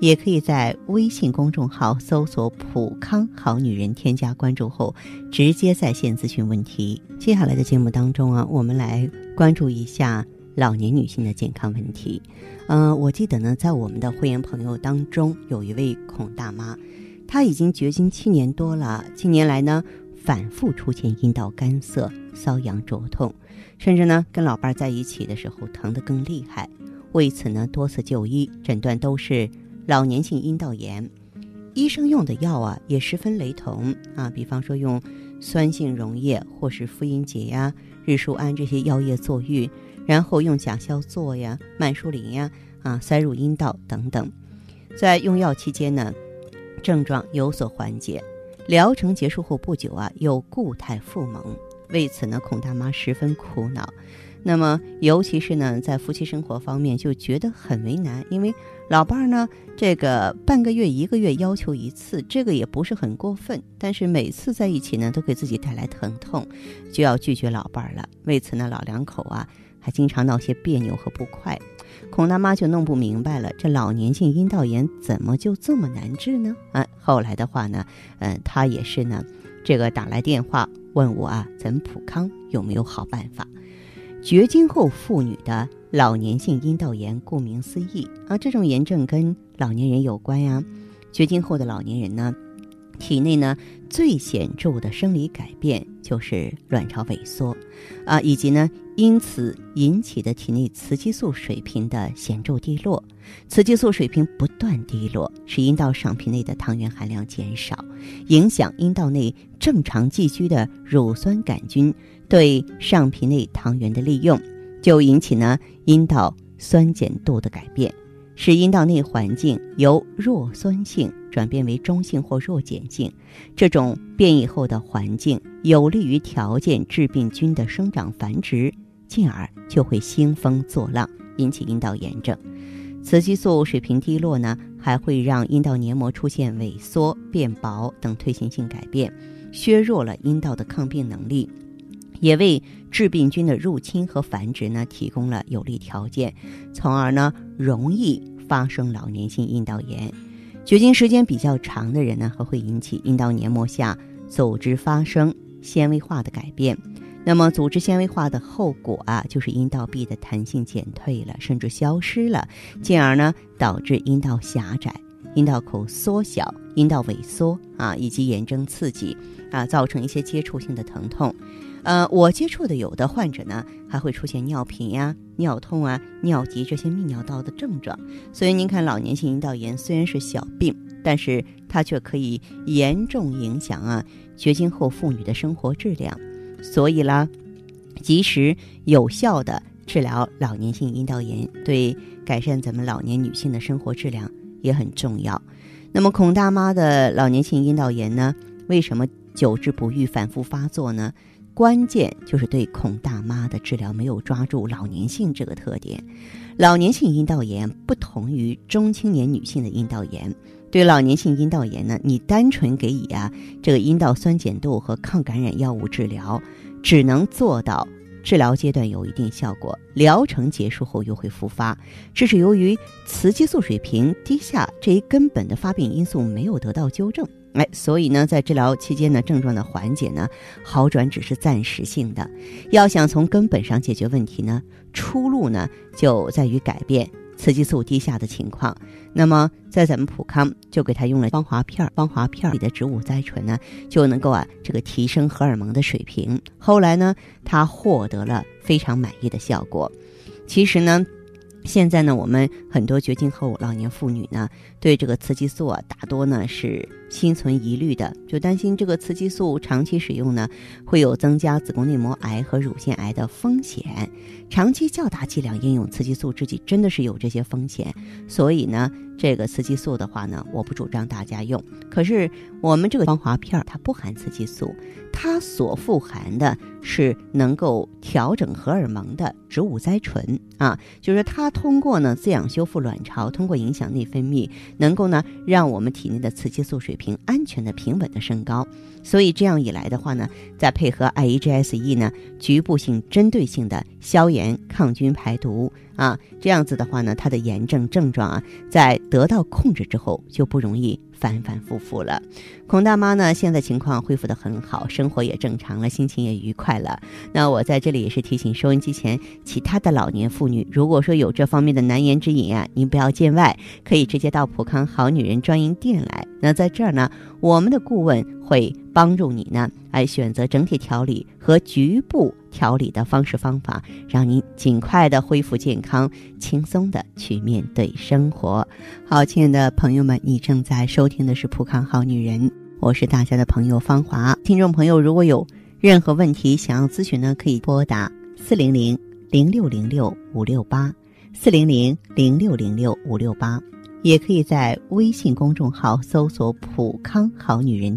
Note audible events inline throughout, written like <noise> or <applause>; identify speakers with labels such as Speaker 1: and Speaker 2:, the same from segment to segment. Speaker 1: 也可以在微信公众号搜索“普康好女人”，添加关注后直接在线咨询问题。接下来的节目当中啊，我们来关注一下。老年女性的健康问题，嗯、呃，我记得呢，在我们的会员朋友当中，有一位孔大妈，她已经绝经七年多了，近年来呢，反复出现阴道干涩、瘙痒灼痛，甚至呢，跟老伴儿在一起的时候疼得更厉害。为此呢，多次就医，诊断都是老年性阴道炎。医生用的药啊，也十分雷同啊，比方说用酸性溶液或是复阴解呀、日舒安这些药液坐浴。然后用甲硝唑呀、曼舒林呀啊塞入阴道等等，在用药期间呢，症状有所缓解。疗程结束后不久啊，又固态复萌。为此呢，孔大妈十分苦恼。那么，尤其是呢，在夫妻生活方面就觉得很为难，因为老伴儿呢，这个半个月、一个月要求一次，这个也不是很过分，但是每次在一起呢，都给自己带来疼痛，就要拒绝老伴儿了。为此呢，老两口啊。还经常闹些别扭和不快，孔大妈就弄不明白了，这老年性阴道炎怎么就这么难治呢？啊，后来的话呢，嗯，她也是呢，这个打来电话问我啊，咱普康有没有好办法？绝经后妇女的老年性阴道炎，顾名思义啊，这种炎症跟老年人有关呀、啊。绝经后的老年人呢，体内呢最显著的生理改变就是卵巢萎缩，啊，以及呢。因此引起的体内雌激素水平的显著低落，雌激素水平不断低落，使阴道上皮内的糖原含量减少，影响阴道内正常寄居的乳酸杆菌对上皮内糖原的利用，就引起呢阴道酸碱度的改变，使阴道内环境由弱酸性转变为中性或弱碱性。这种变异后的环境有利于条件致病菌的生长繁殖。进而就会兴风作浪，引起阴道炎症。雌激素水平低落呢，还会让阴道黏膜出现萎缩、变薄等退行性改变，削弱了阴道的抗病能力，也为致病菌的入侵和繁殖呢提供了有利条件，从而呢容易发生老年性阴道炎。绝经时间比较长的人呢，还会引起阴道黏膜下组织发生纤维化的改变。那么，组织纤维化的后果啊，就是阴道壁的弹性减退了，甚至消失了，进而呢导致阴道狭窄、阴道口缩小、阴道萎缩啊，以及炎症刺激啊，造成一些接触性的疼痛。呃，我接触的有的患者呢，还会出现尿频呀、啊、尿痛啊、尿急这些泌尿道的症状。所以您看，老年性阴道炎虽然是小病，但是它却可以严重影响啊绝经后妇女的生活质量。所以啦，及时有效的治疗老年性阴道炎，对改善咱们老年女性的生活质量也很重要。那么，孔大妈的老年性阴道炎呢，为什么久治不愈、反复发作呢？关键就是对孔大妈的治疗没有抓住老年性这个特点。老年性阴道炎不同于中青年女性的阴道炎。对老年性阴道炎呢，你单纯给予啊这个阴道酸碱度和抗感染药物治疗，只能做到治疗阶段有一定效果，疗程结束后又会复发。这是由于雌激素水平低下这一根本的发病因素没有得到纠正。哎，所以呢，在治疗期间呢，症状的缓解呢，好转只是暂时性的。要想从根本上解决问题呢，出路呢就在于改变。雌激素低下的情况，那么在咱们普康就给他用了芳华片儿，芳华片儿里的植物甾醇呢，就能够啊这个提升荷尔蒙的水平。后来呢，他获得了非常满意的效果。其实呢，现在呢，我们很多绝经后老年妇女呢，对这个雌激素啊，大多呢是心存疑虑的，就担心这个雌激素长期使用呢，会有增加子宫内膜癌和乳腺癌的风险。长期较大剂量应用雌激素制剂，真的是有这些风险。所以呢，这个雌激素的话呢，我不主张大家用。可是我们这个光滑片儿它不含雌激素，它所富含的是能够调整荷尔蒙的植物甾醇啊，就是它通过呢滋养修复卵巢，通过影响内分泌，能够呢让我们体内的雌激素水平安全的平稳的升高。所以这样一来的话呢，再配合 IEGSE E 呢局部性针对性的消炎、抗菌、排毒啊，这样子的话呢，它的炎症症状啊，在得到控制之后就不容易反反复复了。孔大妈呢，现在情况恢复的很好，生活也正常了，心情也愉快了。那我在这里也是提醒收音机前其他的老年妇女，如果说有这方面的难言之隐啊，您不要见外，可以直接到普康好女人专营店来。那在这儿呢，我们的顾问会帮助你呢，哎，选择整体调理和局部调理的方式方法，让您尽快的恢复健康，轻松的去面对生活。好，亲爱的朋友们，你正在收听的是《普康好女人》，我是大家的朋友芳华。听众朋友，如果有任何问题想要咨询呢，可以拨打四零零零六零六五六八，四零零零六零六五六八，也可以在微信公众号搜索“普康好女人”，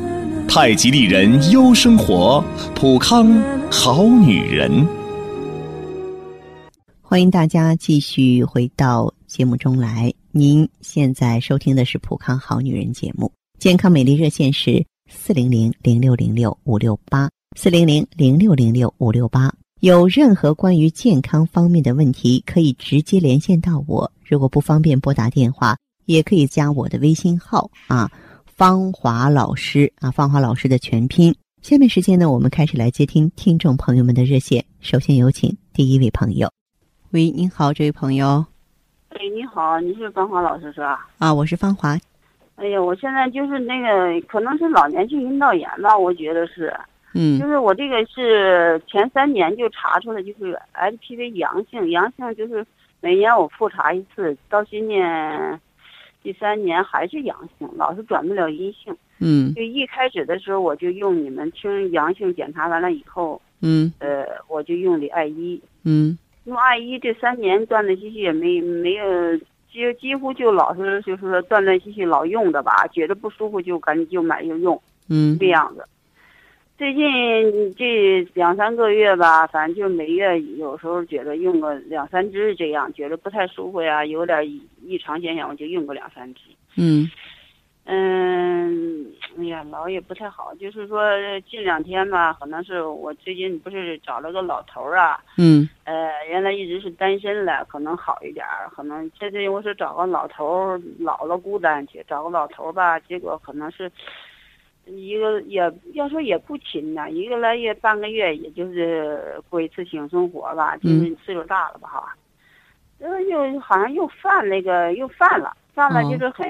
Speaker 2: 太极丽人优生活，普康好女人。
Speaker 1: 欢迎大家继续回到节目中来。您现在收听的是《普康好女人》节目，健康美丽热线是四零零零六零六五六八四零零零六零六五六八。有任何关于健康方面的问题，可以直接连线到我。如果不方便拨打电话，也可以加我的微信号啊，芳华老师啊，芳华老师的全拼。下面时间呢，我们开始来接听听众朋友们的热线。首先有请第一位朋友，喂，您好，这位朋友
Speaker 3: 哎，你好，你是芳华老师是吧？
Speaker 1: 啊，我是芳华，
Speaker 3: 哎呀，我现在就是那个，可能是老年性阴道炎吧，我觉得是，
Speaker 1: 嗯
Speaker 3: 就是我这个是前三年就查出来，就是 HPV 阳性，阳性就是每年我复查一次，到今年第三年还是阳性，老是转不了阴性。
Speaker 1: 嗯
Speaker 3: 就一开始的时候我就用你们听阳性检查完了以后，
Speaker 1: 嗯
Speaker 3: 呃，我就用的艾依，
Speaker 1: 嗯
Speaker 3: 用艾依这三年断断续续也没没有，几几乎就老是就是说断断续续老用的吧，觉得不舒服就赶紧就买就用
Speaker 1: 嗯
Speaker 3: 这样子。最近这两三个月吧，反正就每月有时候觉得用个两三支这样，觉得不太舒服呀，有点异常现象，我就用个两三支。
Speaker 1: 嗯
Speaker 3: 嗯，哎呀，老也不太好，就是说近两天吧，可能是我最近不是找了个老头儿啊，
Speaker 1: 嗯
Speaker 3: 呃，原来一直是单身了，可能好一点儿，可能这对我是找个老头儿，老了孤单去，找个老头儿吧，结果可能是一个也要说也不勤呐，一个来月半个月，也就是呃过一次性生活吧，就是岁数大了吧哈，然后又好像又犯那个又犯了，犯了
Speaker 1: 哦
Speaker 3: 就是很，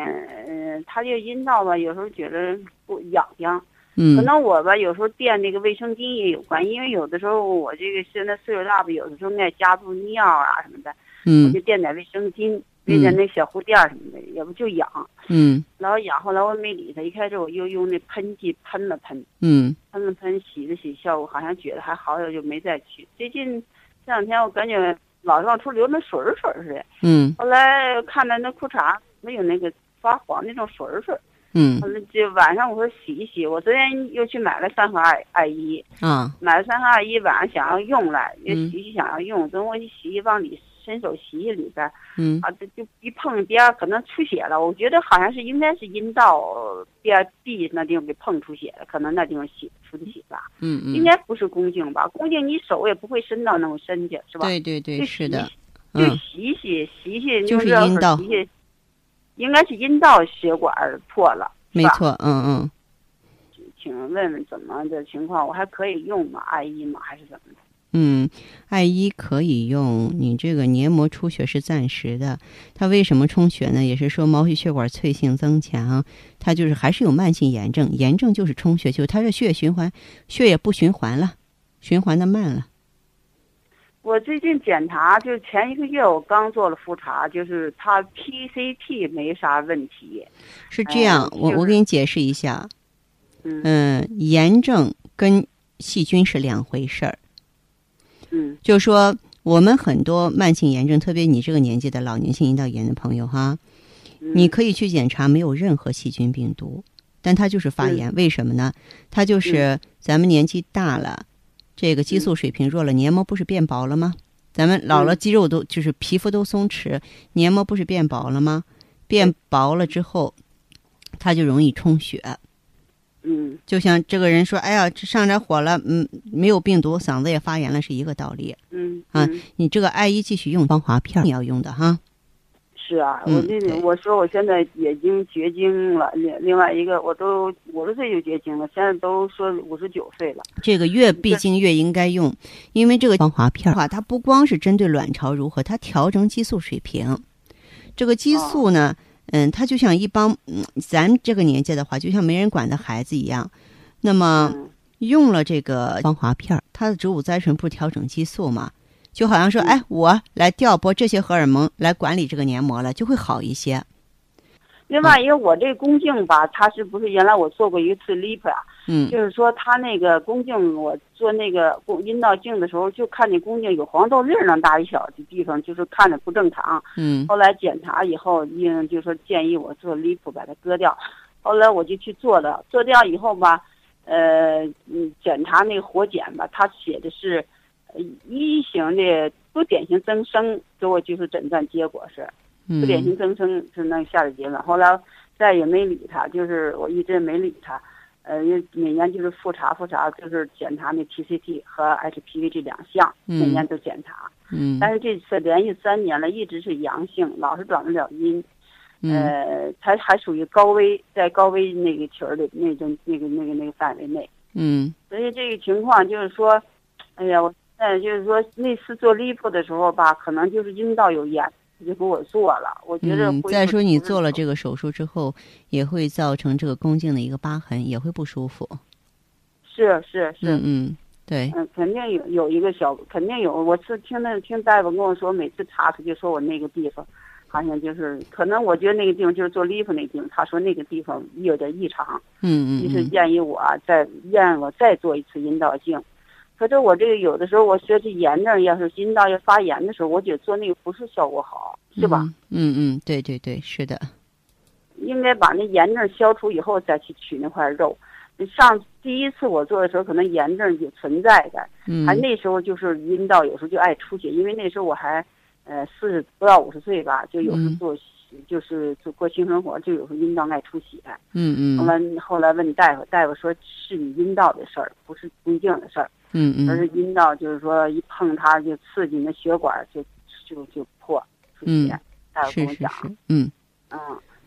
Speaker 3: 嗯、他这阴道吧，有时候觉得不痒痒，可
Speaker 1: 嗯
Speaker 3: 能我吧，有时候垫那个卫生巾也有关，因为有的时候我这个现在岁数大吧，有的时候爱加注尿啊什么的，
Speaker 1: 嗯
Speaker 3: 就垫点卫生巾，那点那小护垫儿什么的，也不就痒，
Speaker 1: 嗯
Speaker 3: 然后痒，后来我没理他，一开始我又用那喷剂喷了喷，
Speaker 1: 嗯
Speaker 3: 喷了喷，洗了洗，效果好像觉得还好点儿，就没再去。最近这两天我感觉老往出流那水儿水儿似的，
Speaker 1: 嗯
Speaker 3: 后来看着那裤衩没有那个发黄那种水儿水儿，
Speaker 1: 嗯
Speaker 3: 完了就晚上我说洗一洗，我昨天又去买了三盒二二一，
Speaker 1: 啊
Speaker 3: 买了三盒二一，晚上想要用来，又
Speaker 1: 嗯
Speaker 3: 洗一洗想要用，等我一洗衣往里伸手洗衣里边儿
Speaker 1: 嗯
Speaker 3: 啊，这就一碰边儿可能出血了，我觉得好像是应该是阴道边儿壁那地方给碰出血了，可能那地方血出的血吧，
Speaker 1: 嗯嗯，
Speaker 3: 应该不是宫颈吧？宫颈你手也不会伸到那么深去，是吧？
Speaker 1: 对对对，
Speaker 3: 就是洗
Speaker 1: 的，
Speaker 3: 就
Speaker 1: 嗯
Speaker 3: 洗一洗，洗一洗，
Speaker 1: 就是
Speaker 3: 用热
Speaker 1: 阴
Speaker 3: 水
Speaker 1: 道
Speaker 3: 洗一洗，应该是阴道血管儿破了，
Speaker 1: 没
Speaker 3: 是吧。
Speaker 1: 错，嗯嗯
Speaker 3: 请问问怎么的情况，我还可以用吗？二一吗？还是怎么的？
Speaker 1: 嗯，艾依可以用，你这个黏膜出血是暂时的，它为什么充血呢？也是说毛细血管脆性增强，它就是还是有慢性炎症，炎症就是充血，就是它这血液循环，血液不循环了，循环的慢了，
Speaker 3: 我最近检查，就是前一个月我刚做了复查，就是他 PCT 没啥问题，
Speaker 1: 是这样，
Speaker 3: 哎
Speaker 1: 我
Speaker 3: 就
Speaker 1: 我
Speaker 3: 是
Speaker 1: 给你解释一下，
Speaker 3: 嗯
Speaker 1: 嗯，炎症跟细菌是两回事儿。
Speaker 3: 嗯
Speaker 1: 就说我们很多慢性炎症，特别你这个年纪的老年性阴道炎的朋友哈，
Speaker 3: 嗯，
Speaker 1: 你可以去检查没有任何细菌病毒，但它就是
Speaker 3: 嗯
Speaker 1: 发炎，为什么呢？它就是咱们年纪大了，这个激素水平弱了，黏膜不是变薄了吗？咱们老了，
Speaker 3: 嗯
Speaker 1: 肌肉都就是皮肤都松弛，黏膜不是变薄了吗？变薄了之后，它就容易充血。
Speaker 3: 嗯
Speaker 1: 就像这个人说：“哎呀，这上着火了，嗯，没有病毒，嗓子也发炎了，是一个道理。
Speaker 3: 嗯
Speaker 1: 啊
Speaker 3: 嗯
Speaker 1: 你这个艾依继续用芳华片儿，你要用的哈。
Speaker 3: 是啊，
Speaker 1: 嗯
Speaker 3: 我这
Speaker 1: 对
Speaker 3: 我说我现在已经绝经了，另另外一个我都五十岁就绝经了，现在都说五十九岁了，
Speaker 1: 这个越闭经越应该用，因为这个芳华片儿啊，它不光是针对卵巢如何，它调整激素水平。这个激素呢，嗯，它就像一帮嗯，咱这个年纪的话，就像没人管的孩子一样。那么
Speaker 3: 嗯
Speaker 1: 用了这个芳华片儿，它的植物甾醇不是调整激素嘛？就好
Speaker 3: 嗯
Speaker 1: 像说，哎，我来调拨这些荷尔蒙来管理这个黏膜了，就会好一些。
Speaker 3: 另外一个我这宫颈吧，它是不是原来我做过一次 lip 啊？
Speaker 1: 嗯，
Speaker 3: 就是说他那个宫颈，我做那个宫阴道镜的时候，就看见宫颈有黄豆粒儿那么大一小的地方，就是看着不正常。
Speaker 1: 嗯
Speaker 3: 后来检查以后，医生就说建议我做离谱把它割掉。后来我就去做了，做掉以后吧，呃，嗯，检查那个活检吧，他写的是呃一型的不典型增生，给我就是诊断结果是。不典
Speaker 1: 嗯
Speaker 3: 型增生是那下的结论。后来再也没理他，就是我一直也没理他。呃，因为每年就是复查复查，就是检查那 PCT 和 HPV 这两项，每年都检查。
Speaker 1: 嗯
Speaker 3: 但是这次连续三年了，一直是阳性，老是转不了阴。
Speaker 1: 嗯
Speaker 3: 呃，它还属于高危，在高危那个群儿里那种那个那个那个范围内。
Speaker 1: 嗯
Speaker 3: 所以这个情况就是说，哎呀，我现在就是说那次做 lipo 的时候吧，可能就是阴道有炎，就给我做了。我觉得、
Speaker 1: 嗯，再说你做了
Speaker 3: 个，
Speaker 1: 这个手术之后，也会造成这个宫颈的一个疤痕，也会不舒服。
Speaker 3: 是是是，
Speaker 1: 嗯嗯，对，
Speaker 3: 嗯，肯定有有一个小，肯定有。我是听那听大夫跟我说，每次查他就说我那个地方，好像就是可能我觉得那个地方就是做 lipo 那地方，他说那个地方有点异常。
Speaker 1: 嗯
Speaker 3: 就
Speaker 1: 嗯
Speaker 3: 是
Speaker 1: 嗯
Speaker 3: 建议我啊再让我再做一次阴道镜。可是我这个有的时候，我学这炎症，要是阴道要发炎的时候，我觉得做那个不是效果好，是吧？？
Speaker 1: 嗯嗯嗯，对对对，是的，
Speaker 3: 应该把那炎症消除以后再去取那块肉。上第一次我做的时候，可能炎症也存在的，
Speaker 1: 嗯
Speaker 3: 还啊那时候就是阴道有时候就爱出血，因为那时候我还，呃，四十不到五十岁吧，就有时候
Speaker 1: 嗯
Speaker 3: 做、就是做过性生活，就有时候阴道爱出血。
Speaker 1: 嗯嗯
Speaker 3: 后来后来问大夫，大夫说是你阴道的事儿，不是宫颈的事儿，
Speaker 1: 嗯
Speaker 3: 而
Speaker 1: 嗯
Speaker 3: 是阴道就是说一碰它就刺激你的血管就就就破出血。大夫
Speaker 1: 是嗯是
Speaker 3: 跟我
Speaker 1: 是
Speaker 3: 讲，，
Speaker 1: 嗯
Speaker 3: 嗯，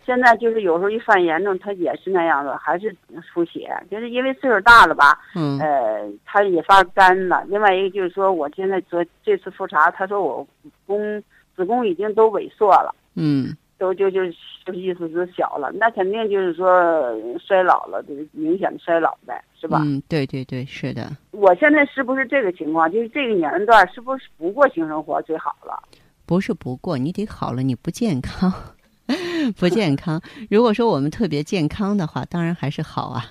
Speaker 3: 现在就是有时候一犯炎症，它也是那样的，还是出血，就是因为岁数大了吧，
Speaker 1: 嗯
Speaker 3: 呃，它也发干了。另外一个就是说，我现在昨这次复查，他说我宫子宫已经都萎缩了。
Speaker 1: 嗯
Speaker 3: 都就就就是意思是小了，那肯定就是说呃衰老了，就是明显的衰老呗，是吧？
Speaker 1: 嗯，对对对，是的。
Speaker 3: 我现在是不是这个情况？就是这个年龄段是不是不过性生活最好了？
Speaker 1: 不是不过你得好了，你不健康， <laughs> 不健康。如果说我们特别健康的话，当然还是好啊。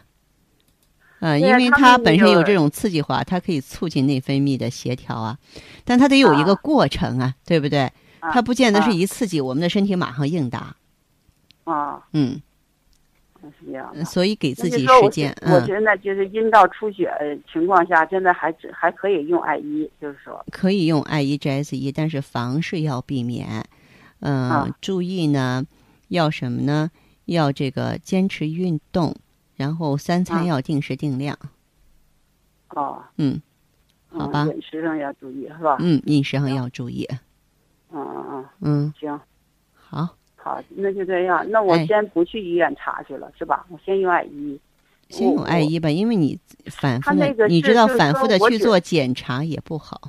Speaker 1: 嗯，
Speaker 3: 对
Speaker 1: 因
Speaker 3: 呀
Speaker 1: 为
Speaker 3: 他
Speaker 1: 它
Speaker 3: 们
Speaker 1: 本身
Speaker 3: 就
Speaker 1: 有这种刺激化，它可以促进内分泌的协调啊，但它得有一个
Speaker 3: 啊
Speaker 1: 过程啊，对不对？
Speaker 3: 啊
Speaker 1: 它不见得是
Speaker 3: 啊
Speaker 1: 一刺激，我们的身体马上应答。
Speaker 3: 啊，
Speaker 1: 嗯，
Speaker 4: 是这样的
Speaker 1: 嗯。所以给自己
Speaker 4: 那就
Speaker 1: 时
Speaker 4: 是
Speaker 1: 间，
Speaker 4: 说我
Speaker 1: 嗯，
Speaker 4: 觉得就是阴道出血呃情况下，现在还只还可以用艾依，就是说，
Speaker 1: 可以用 I E G S 一，但是房是要避免。嗯、
Speaker 4: 啊
Speaker 1: 注意呢，要什么呢？要这个坚持运动，然后三餐
Speaker 4: 啊
Speaker 1: 要定时定量。
Speaker 3: 啊
Speaker 4: 哦，
Speaker 1: 嗯
Speaker 4: 嗯
Speaker 1: 好吧
Speaker 4: 饮食上要注意，是吧？
Speaker 1: 嗯，饮食上要注意。
Speaker 4: 嗯嗯嗯，
Speaker 1: 嗯，
Speaker 4: 行，
Speaker 1: 好，
Speaker 4: 好，那就这样。那我
Speaker 1: 哎
Speaker 4: 先不去医院查去了，是吧？我先用艾依。
Speaker 1: 先
Speaker 4: 我
Speaker 1: 用 I
Speaker 4: 我
Speaker 1: E 吧，因为你反复
Speaker 4: 哦他那
Speaker 1: 的，
Speaker 4: 个
Speaker 1: 你
Speaker 4: 是
Speaker 1: 知道
Speaker 4: 就是
Speaker 1: 反复
Speaker 4: 说
Speaker 1: 的
Speaker 4: 我
Speaker 1: 去
Speaker 4: 只
Speaker 1: 做检查也不好。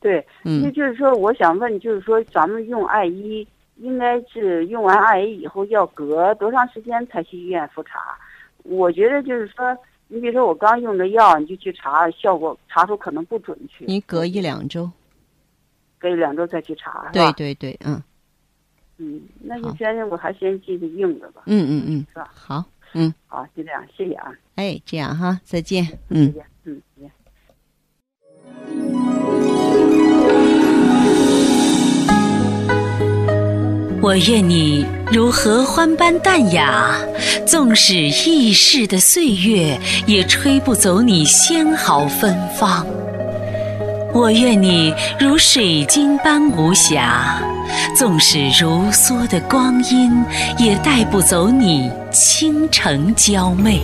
Speaker 4: 对，那
Speaker 1: 嗯，
Speaker 4: 就是说，我想问，就是说，咱们用艾依，应该是用完艾依以后要隔多长时间才去医院复查？我觉得就是说，你比如说我刚用着药，你就去查，效果查出可能不准确。
Speaker 1: 你隔一两周。
Speaker 4: 隔一两周再去查，是
Speaker 1: 对
Speaker 4: 吧？
Speaker 1: 对对，嗯
Speaker 4: 嗯，那就
Speaker 1: 好
Speaker 4: 先我还先继续用着吧。
Speaker 1: 嗯嗯嗯
Speaker 4: 是吧，
Speaker 1: 好，
Speaker 4: 好，就这样，谢谢啊，
Speaker 1: 哎，这样哈，再见，
Speaker 4: 再
Speaker 1: 嗯。
Speaker 4: 见，嗯，再见。
Speaker 5: 我愿你如荷欢般淡雅，纵使易逝的岁月，也吹不走你纤毫芬芳。我愿你如水晶般无瑕，纵使如梭的光阴，也带不走你倾城娇媚。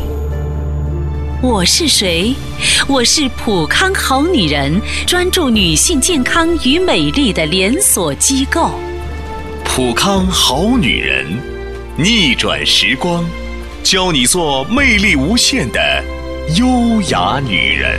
Speaker 5: 我是谁？我是普康好女人，专注女性健康与美丽的连锁机构。
Speaker 2: 普康好女人，逆转时光，教你做魅力无限的优雅女人。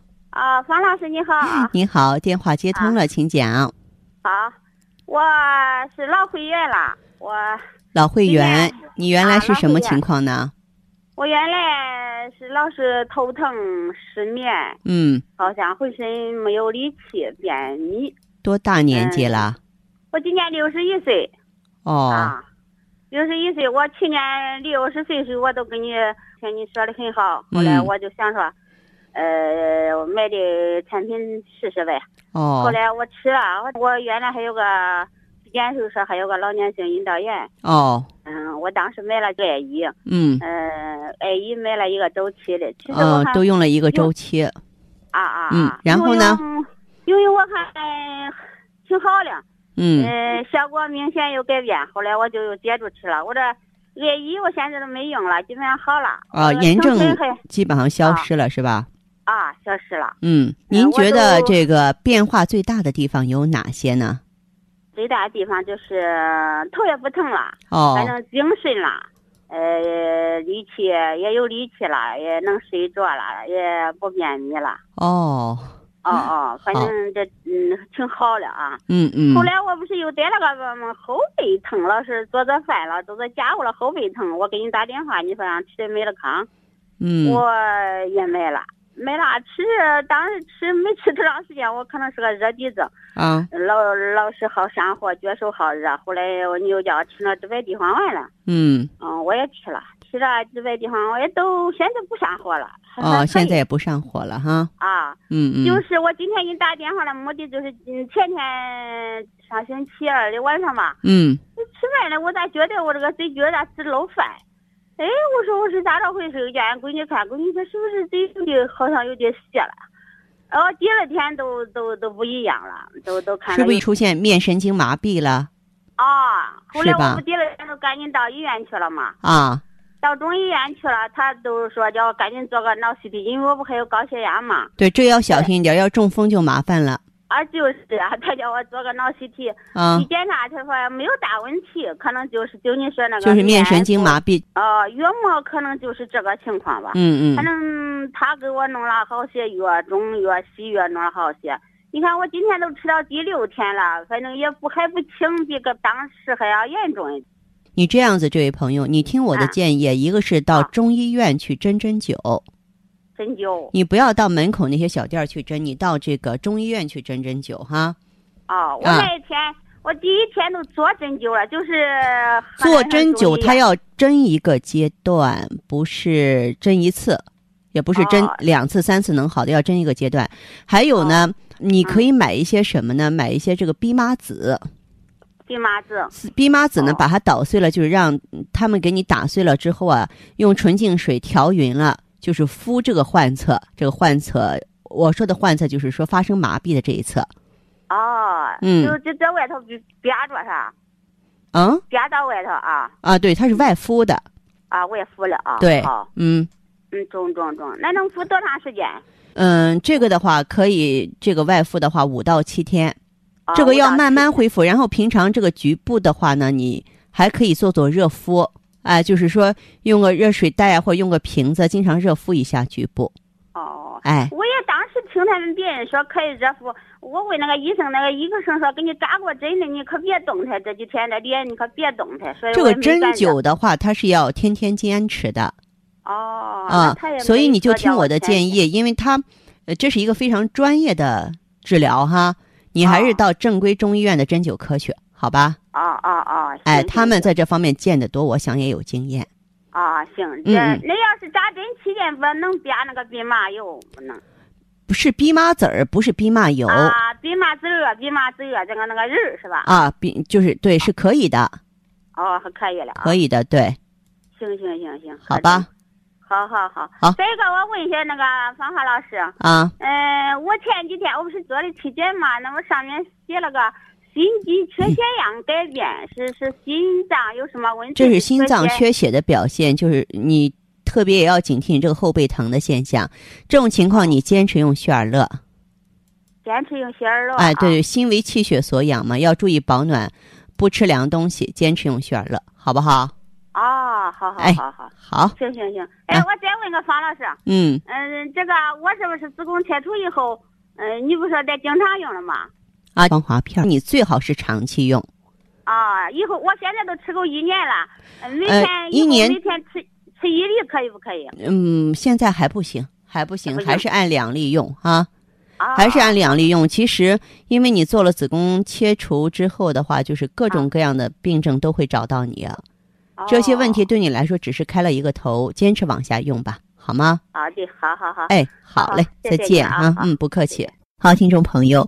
Speaker 3: 啊，房老师你好，
Speaker 1: <laughs> 您好，电话接通了，请讲。
Speaker 3: 好，我是老会员了，我
Speaker 1: 老会员
Speaker 3: 今天，
Speaker 1: 你原来是什么
Speaker 3: 啊老会员
Speaker 1: 情况呢？
Speaker 3: 我原来是老是头疼失眠，
Speaker 1: 嗯，
Speaker 3: 好像浑身没有力气，便秘。
Speaker 1: 多大年纪了？
Speaker 3: 我今年六十一岁、
Speaker 1: 哦，
Speaker 3: 啊，六十一岁，我去年六十岁时我都跟你听你说的很好，后来
Speaker 1: 嗯
Speaker 3: 我就想说，呃，我买的产品试试呗。后
Speaker 1: 哦，
Speaker 3: 来我吃了，我我原来还有个体检时候说还有个老年性阴道炎。
Speaker 1: 哦，
Speaker 3: 嗯，我当时买了个艾依，
Speaker 1: 嗯，
Speaker 3: 呃，艾依买了一个周期的，其实我
Speaker 1: 呃，
Speaker 3: 看、
Speaker 1: 都用了一个周期。
Speaker 3: 啊啊，
Speaker 1: 嗯
Speaker 3: 啊
Speaker 1: 然后呢？
Speaker 3: 因为我看、呃挺好的，
Speaker 1: 嗯，
Speaker 3: 呃，效果明显有改变，后来我就又接着吃了。我这艾依我现在都没用了，基本上好了。
Speaker 1: 啊，
Speaker 3: 呃
Speaker 1: 炎
Speaker 3: 疼
Speaker 1: 症
Speaker 3: 痛还
Speaker 1: 基本上消失了，是吧？
Speaker 3: 啊消失了，
Speaker 1: 嗯，
Speaker 3: 呃
Speaker 1: 您
Speaker 3: 我
Speaker 1: 觉得
Speaker 3: 都
Speaker 1: 这个变化最大的地方有哪些呢？
Speaker 3: 最大的地方就是头也不疼了，
Speaker 1: 哦
Speaker 3: 反，正精神了。呃，力气也有力气了，也能睡着了，也不便秘了。
Speaker 1: 哦，
Speaker 3: 哦哦，反
Speaker 1: 好
Speaker 3: 正这嗯挺好的啊。
Speaker 1: 嗯嗯
Speaker 3: 后，来我不是又得了个嗯后背疼了，是做做饭了，做做家务了，后背疼。我给你打电话，你说让吃的美乐康，
Speaker 1: 嗯，
Speaker 3: 我也买了，买了吃。当时吃没吃多长时间，我可能是个热鼻子，
Speaker 1: 啊，
Speaker 3: 老老是好上火，觉手好热。后来我又叫我吃那治百地黄丸了，
Speaker 1: 嗯，
Speaker 3: 嗯，我也吃了，吃了治百地黄丸也都现在不上火了。还还可
Speaker 1: 哦，
Speaker 3: <laughs> 以
Speaker 1: 现在也不上火了哈。
Speaker 3: 啊，
Speaker 1: 嗯嗯，
Speaker 3: 就是我今天给你打电话的目的就是，嗯，前天上星期二的晚上吧，
Speaker 1: 嗯
Speaker 3: 吃饭了，我咋觉得我这个嘴角咋直漏饭？哎，我说我是咋着回事？叫俺闺女看，闺女说是不是嘴里好像有点血了？哦，第二天都都都不一样了，都都看
Speaker 1: 是
Speaker 3: 到
Speaker 1: 不是出现面神经麻痹了
Speaker 3: 啊、后来
Speaker 1: 是吧
Speaker 3: 我不第二天就赶紧到医院去了嘛，
Speaker 1: 啊？
Speaker 3: 到中医院去了，他都说叫我赶紧做个脑 CT，因为我不还有高血压嘛。
Speaker 1: 对，这要小心一点，要中风就麻烦了
Speaker 3: 啊，就是啊，他叫我做个脑 CT，、
Speaker 1: 啊
Speaker 3: 一。检查他说没有大问题，可能就是就你说那个
Speaker 1: 就是面神经
Speaker 3: 部
Speaker 1: 麻痹，
Speaker 3: 哦，月末可能就是这个情况吧。
Speaker 1: 嗯嗯，
Speaker 3: 反正他给我弄了好些药，中药、西药弄了好些。你看我今天都吃到第六天了，反正也不还不轻，比个当时还要严重一点。
Speaker 1: 你这样子，这位朋友，你听我的
Speaker 3: 啊
Speaker 1: 建议，一个是到
Speaker 3: 啊
Speaker 1: 中医院去针针灸，
Speaker 3: 针灸
Speaker 1: 你不要到门口那些小店儿去针，你到这个中医院去针针灸哈。
Speaker 3: 哦，我
Speaker 1: 啊
Speaker 3: 那一天、我第一天都做针灸了，就是
Speaker 1: 做针灸，它
Speaker 3: 他
Speaker 1: 要针一个阶段，不是针一次，也不是针
Speaker 3: 哦
Speaker 1: 两次、三次能好的，要针一个阶段。还有呢，你可
Speaker 3: 嗯
Speaker 1: 以买一些什么呢？买一些这个蓖麻籽，
Speaker 3: 蓖麻子
Speaker 1: 蓖麻籽呢，
Speaker 3: 哦
Speaker 1: 把它捣碎了，就是让嗯他们给你打碎了之后啊，用纯净水调匀了，就是敷这个患侧，这个患侧。我说的患侧就是说发生麻痹的这一侧，
Speaker 3: 哦，
Speaker 1: 嗯
Speaker 3: 就就在外头憋憋着啥，
Speaker 1: 嗯
Speaker 3: 憋到外头啊
Speaker 1: 啊，对，它是外敷的，
Speaker 3: 啊，我也服了啊。
Speaker 1: 对
Speaker 3: 哦，
Speaker 1: 嗯。
Speaker 3: 嗯，中中中，那能服多长时间？
Speaker 1: 嗯，这个的话可以，这个外敷的话五到七天，
Speaker 3: 哦
Speaker 1: 这个要
Speaker 3: 我打
Speaker 1: 慢慢恢复。然后平常这个局部的话呢，你还可以做做热敷，哎、就是说用个热水袋啊，或者用个瓶子，经常热敷一下局部。
Speaker 3: 哦，
Speaker 1: 哎，
Speaker 3: 我也当时听他们别人说可以热敷，我问那个医生，那个医生说给你扎过针的，你可别动它，这几天的脸你可别动它。所以
Speaker 1: 这
Speaker 3: 我
Speaker 1: 个
Speaker 3: 也没啊
Speaker 1: 针
Speaker 3: 敢热
Speaker 1: 灸的话，它是要天天坚持的
Speaker 3: 哦
Speaker 1: 啊，所以你就听我的建。
Speaker 3: 那他也没说叫我
Speaker 1: 议，因为它，呃，这是一个非常专业的治疗哈，你还是
Speaker 3: 哦
Speaker 1: 到正规中医院的针灸科去，好吧？
Speaker 3: 哦哦哦，行
Speaker 1: 哎，
Speaker 3: 行
Speaker 1: 他们在这方面见得多，我想也有经验。
Speaker 3: 啊行，
Speaker 1: 嗯
Speaker 3: 这
Speaker 1: 嗯
Speaker 3: 那要是扎针期间不能憋那个蓖麻油不能
Speaker 1: 不是蓖麻籽儿，不是蓖麻油啊
Speaker 3: 啊，蓖麻籽儿、蓖麻籽儿，这个那个仁儿是吧？
Speaker 1: 蓖啊就是对，是可以的，
Speaker 3: 哦，还可以了啊，
Speaker 1: 可以的，对，
Speaker 3: 行行行行，
Speaker 1: 好吧，
Speaker 3: 好好好，
Speaker 1: 好
Speaker 3: 再一个，我问一下那个芳华老师，
Speaker 1: 啊，
Speaker 3: 嗯，我前几天我不是做的体检嘛，那我上面写了个心肌缺
Speaker 1: 嗯
Speaker 3: 血样改变，是是心脏有什么问题？
Speaker 1: 这是心脏
Speaker 3: 缺血
Speaker 1: 缺血的表现，就是你特别也要警惕你这个后背疼的现象。这种情况你坚持用血尔乐，
Speaker 3: 坚持用血耳乐。
Speaker 1: 哎，对，，心为气血所养嘛，要注意保暖，不吃凉东西，坚持用血尔乐，好不好？
Speaker 3: 哦，好
Speaker 1: 哎
Speaker 3: 好好
Speaker 1: 好，
Speaker 3: 好，行行行，哎，
Speaker 1: 啊
Speaker 3: 我再问个方老师，
Speaker 1: 嗯，
Speaker 3: 嗯，这个我是不是子宫切除以后，嗯，你不说得经常用了吗？
Speaker 1: 啊，防滑片儿你最好是长期用，
Speaker 3: 啊，以后我现在都吃够一年了，嗯每
Speaker 1: 呃
Speaker 3: 天、以
Speaker 1: 一
Speaker 3: 后
Speaker 1: 年
Speaker 3: 每天吃吃一粒可以不可以？
Speaker 1: 嗯，现在还不行，还不行，
Speaker 3: 还不行
Speaker 1: 还是按两粒用哈。
Speaker 3: 啊，
Speaker 1: 呃还是按两粒用。其实，因为你做了子宫切除之后的话，就是各种各样的病症都会找到你啊。这些问题
Speaker 3: 啊哦
Speaker 1: 对你来说只是开了一个头，坚持往下用吧，好吗？
Speaker 3: 啊，对，好好好，
Speaker 1: 哎，好嘞，
Speaker 3: 好
Speaker 1: 再
Speaker 3: 谢谢你
Speaker 1: 见
Speaker 3: 啊
Speaker 1: 啊，
Speaker 3: 好
Speaker 1: 嗯，不客
Speaker 3: 谢
Speaker 1: 气
Speaker 3: 谢。
Speaker 1: 好，听众朋友，